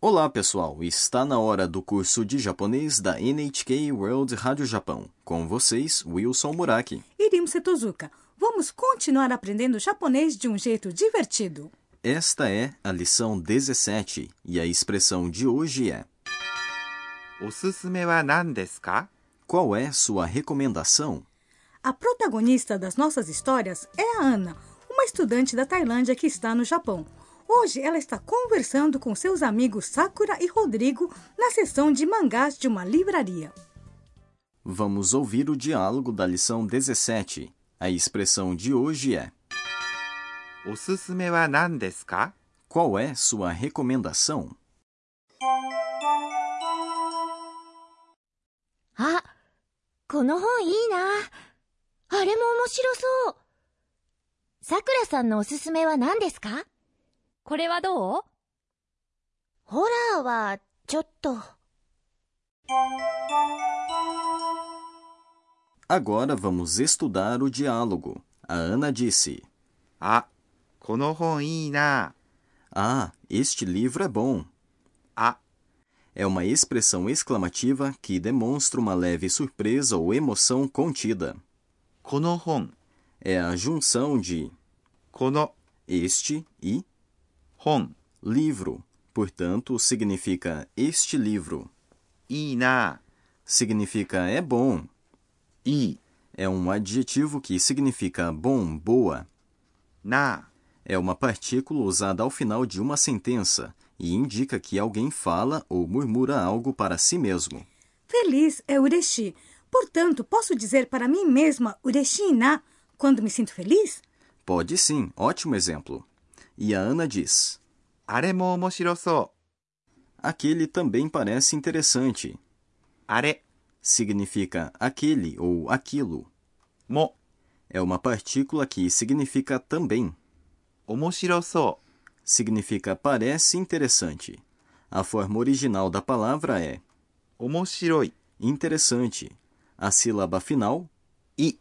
Olá, pessoal! Está na hora do curso de japonês da NHK World Rádio Japão. Com vocês, Wilson Muraki. Irim Setozuka, vamos continuar aprendendo japonês de um jeito divertido. Esta é a lição 17 e a expressão de hoje é: おすすめは何ですか Qual é sua recomendação? A protagonista das nossas histórias é a Ana, uma estudante da Tailândia que está no Japão. Hoje ela está conversando com seus amigos Sakura e Rodrigo na sessão de mangás de uma livraria. Vamos ouvir o diálogo da lição 17. A expressão de hoje é: おすすめは何ですか Qual é sua recomendação? あ、この本いいな。あれも面白そう。さくらさんのおすすめは何ですかこれはどうホラーは、ちょっと。 Agora vamos estudar o diálogo. A Ana disse: あ、この本いいな。 Ah, este livro é bom. あ、 É uma expressão exclamativa que demonstra uma leve surpresa ou emoção contida. この本、 É a junção de この este e 本 livro. Portanto, significa este livro. いいな。 Significa é bom. いい É um adjetivo que significa bom, boa. な。 É uma partícula usada ao final de uma sentença e indica que alguém fala ou murmura algo para si mesmo. Feliz é Ureshi. Portanto, posso dizer para mim mesma Ureshi na quando me sinto feliz? Pode sim, ótimo exemplo. E a Ana diz: あれも面白そ Aquele também parece interessante. う。あれ Significa aquele ou aquilo. も É uma partícula que significa também. 面白そ Significa parece interessante. A forma original da palavra é う。面白い。 interessante. A sílaba final, i,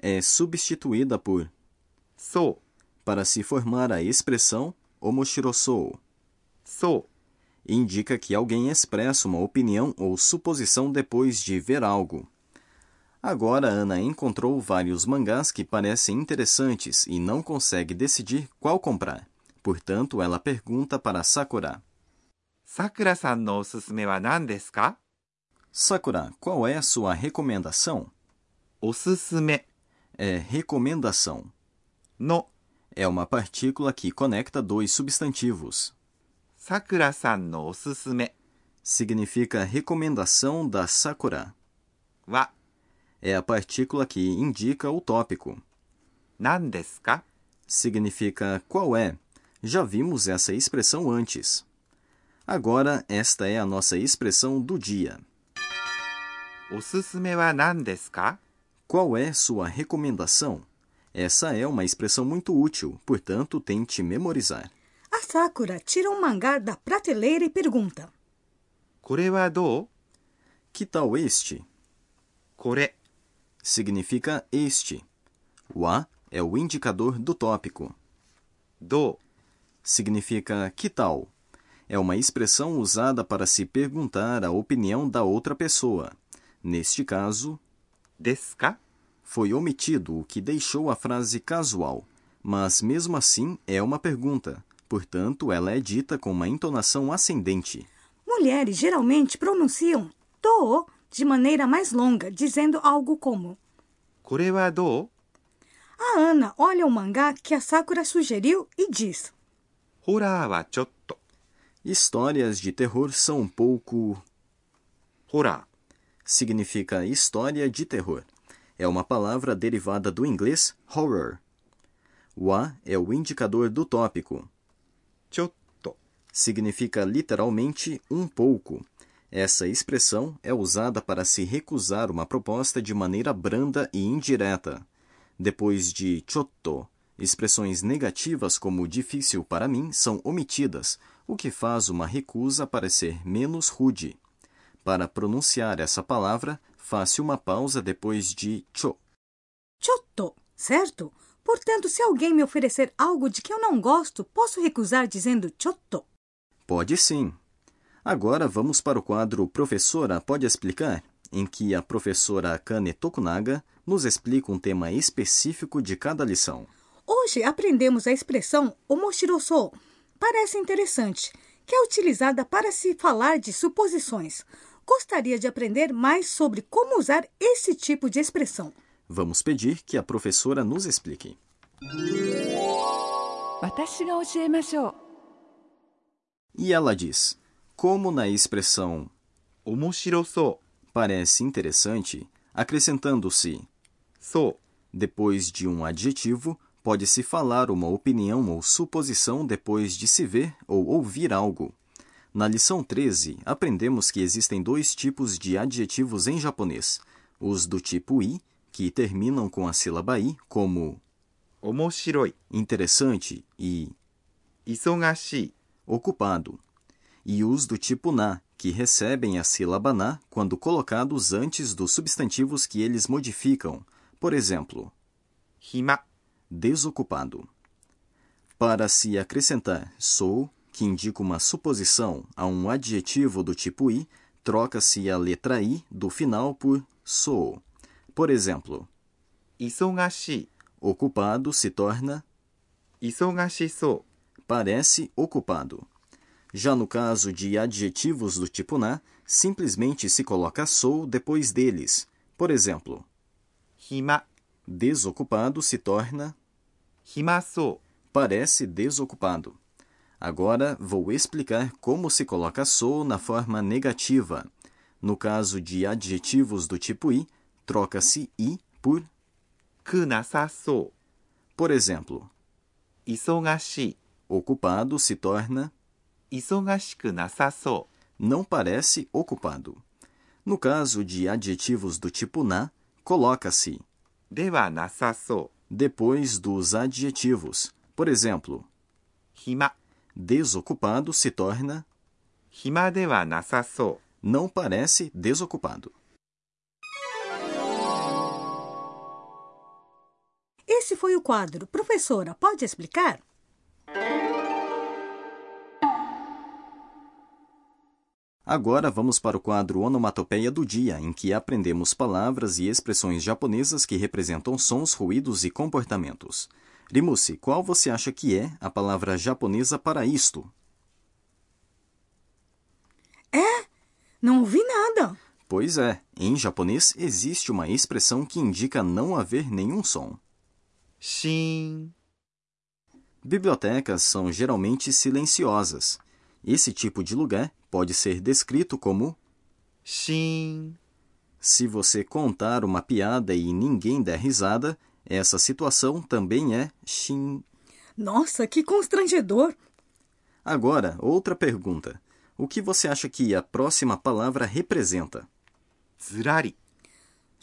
é substituída por そう。 para se formar a expressão omoshirosou. そう。 Indica que alguém expressa uma opinião ou suposição depois de ver algo. Agora, Ana encontrou vários mangás que parecem interessantes e não consegue decidir qual comprar. Portanto, ela pergunta para Sakura: さくらさんのおすすめは何ですか Sakura, qual é a sua recomendação? おすすめ É recomendação. の É uma partícula que conecta dois substantivos. さくらさんのおすすめ Significa recomendação da Sakura. は É a partícula que indica o tópico. 何ですか Significa qual é. Já vimos essa expressão antes. Agora, esta é a nossa expressão do dia. おすすめは何ですか Qual é sua recomendação? Essa é uma expressão muito útil, portanto, tente memorizar. A Sakura tira um mangá da prateleira e pergunta. これはどう Que tal este? これ Significa este. Wa é o indicador do tópico. ど significa que tal. É uma expressão usada para se perguntar a opinião da outra pessoa. Neste caso, うですか foi omitido o que deixou a frase casual, mas mesmo assim é uma pergunta, portanto, ela é dita com uma entonação ascendente. Mulheres geralmente pronunciam to de maneira mais longa, dizendo algo como: これはどう A Ana olha o mangá que a Sakura sugeriu e diz: ホラーはちょっと Histórias de terror são um pouco. ホラ significa história de terror. É uma palavra derivada do inglês horror. Wa é o indicador do tópico, ーちょっと significa literalmente um pouco. Essa expressão é usada para se recusar uma proposta de maneira branda e indireta. Depois de chotto, expressões negativas como difícil para mim são omitidas, o que faz uma recusa parecer menos rude. Para pronunciar essa palavra, faça uma pausa depois de cho. Choto, certo? Portanto, se alguém me oferecer algo de que eu não gosto, posso recusar dizendo choto. Pode sim. Agora vamos para o quadro Professora Pode Explicar, em que a professora Kane Tokunaga nos explica um tema específico de cada lição. Hoje aprendemos a expressão omoshirosou. Parece interessante, que é utilizada para se falar de suposições. Gostaria de aprender mais sobre como usar esse tipo de expressão. Vamos pedir que a professora nos explique. 私が教えましょう E ela diz: Como na expressão 面白そ parece interessante, acrescentando-se うそ depois de um adjetivo, pode-se falar uma opinião ou suposição depois de se ver ou ouvir algo. Na lição 13, aprendemos que existem dois tipos de adjetivos em japonês: os do tipo i, que terminam com a sílaba i, como う面白い interessante e 忙しい ocupado, e os do tipo na, que recebem a sílaba na quando colocados antes dos substantivos que eles modificam. Por exemplo, 暇 desocupado. Para se acrescentar sou, que indica uma suposição a um adjetivo do tipo i, troca-se a letra i do final por sou. Por exemplo, 忙し ocupado se torna い忙しそ parece ocupado. Já no caso de adjetivos do tipo na, simplesmente se coloca sou depois deles. Por exemplo, う暇 desocupado se torna 暇そ parece desocupado. Agora vou explicar como se coloca sou na forma negativa. No caso de adjetivos do tipo i, troca-se i por, うくなさそ por exemplo, う忙し ocupado se torna い忙しくなさそ não parece ocupado. No caso de adjetivos do tipo na, coloca-se うではなさそう depois dos adjetivos. Por exemplo, 暇 desocupado se torna 暇ではなさそ não parece desocupado. Esse foi o quadro. Professora, pode explicar? Agora vamos para o quadro Onomatopeia do Dia, em que aprendemos palavras e expressões japonesas que representam sons, ruídos e comportamentos. Rimusi, qual você acha que é a palavra japonesa para isto? Não ouvi nada. Pois é, em japonês existe uma expressão que indica não haver nenhum som. うシーン Bibliotecas são geralmente silenciosas. Esse tipo de lugar pode ser descrito como シーン se você contar uma piada e ninguém der risada, essa situação também é shin. Nossa, que constrangedor. Agora, outra pergunta. O que você acha que a próxima palavra representa? ずらり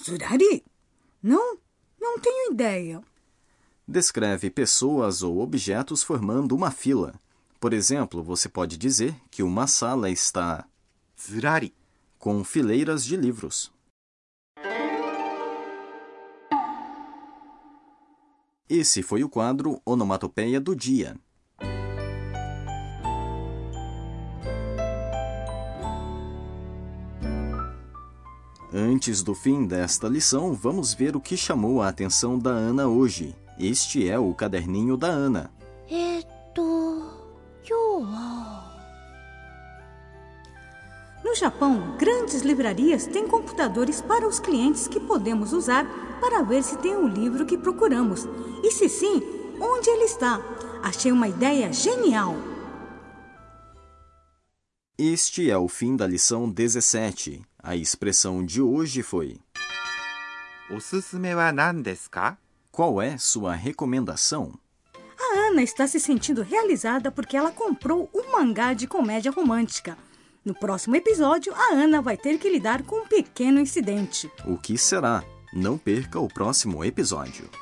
Zurari? Não, não tenho ideia. Descreve pessoas ou objetos formando uma fila. Por exemplo, você pode dizer que uma sala está ずらり com fileiras de livros. Esse foi o quadro Onomatopeia do Dia. Antes do fim desta lição, vamos ver o que chamou a atenção da Ana hoje. Este é o caderninho da Ana. えーっと今日は No Japão, grandes livrarias têm computadores para os clientes que podemos usar para ver se tem o livro que procuramos e, se sim, onde ele está. Achei uma ideia genial. Este é o fim da lição 17. A expressão de hoje foi: おすすめは何ですか Qual é sua recomendação? A Ana está se sentindo realizada porque ela comprou um mangá de comédia romântica. No próximo episódio, a Ana vai ter que lidar com um pequeno incidente. O que será? Não perca o próximo episódio.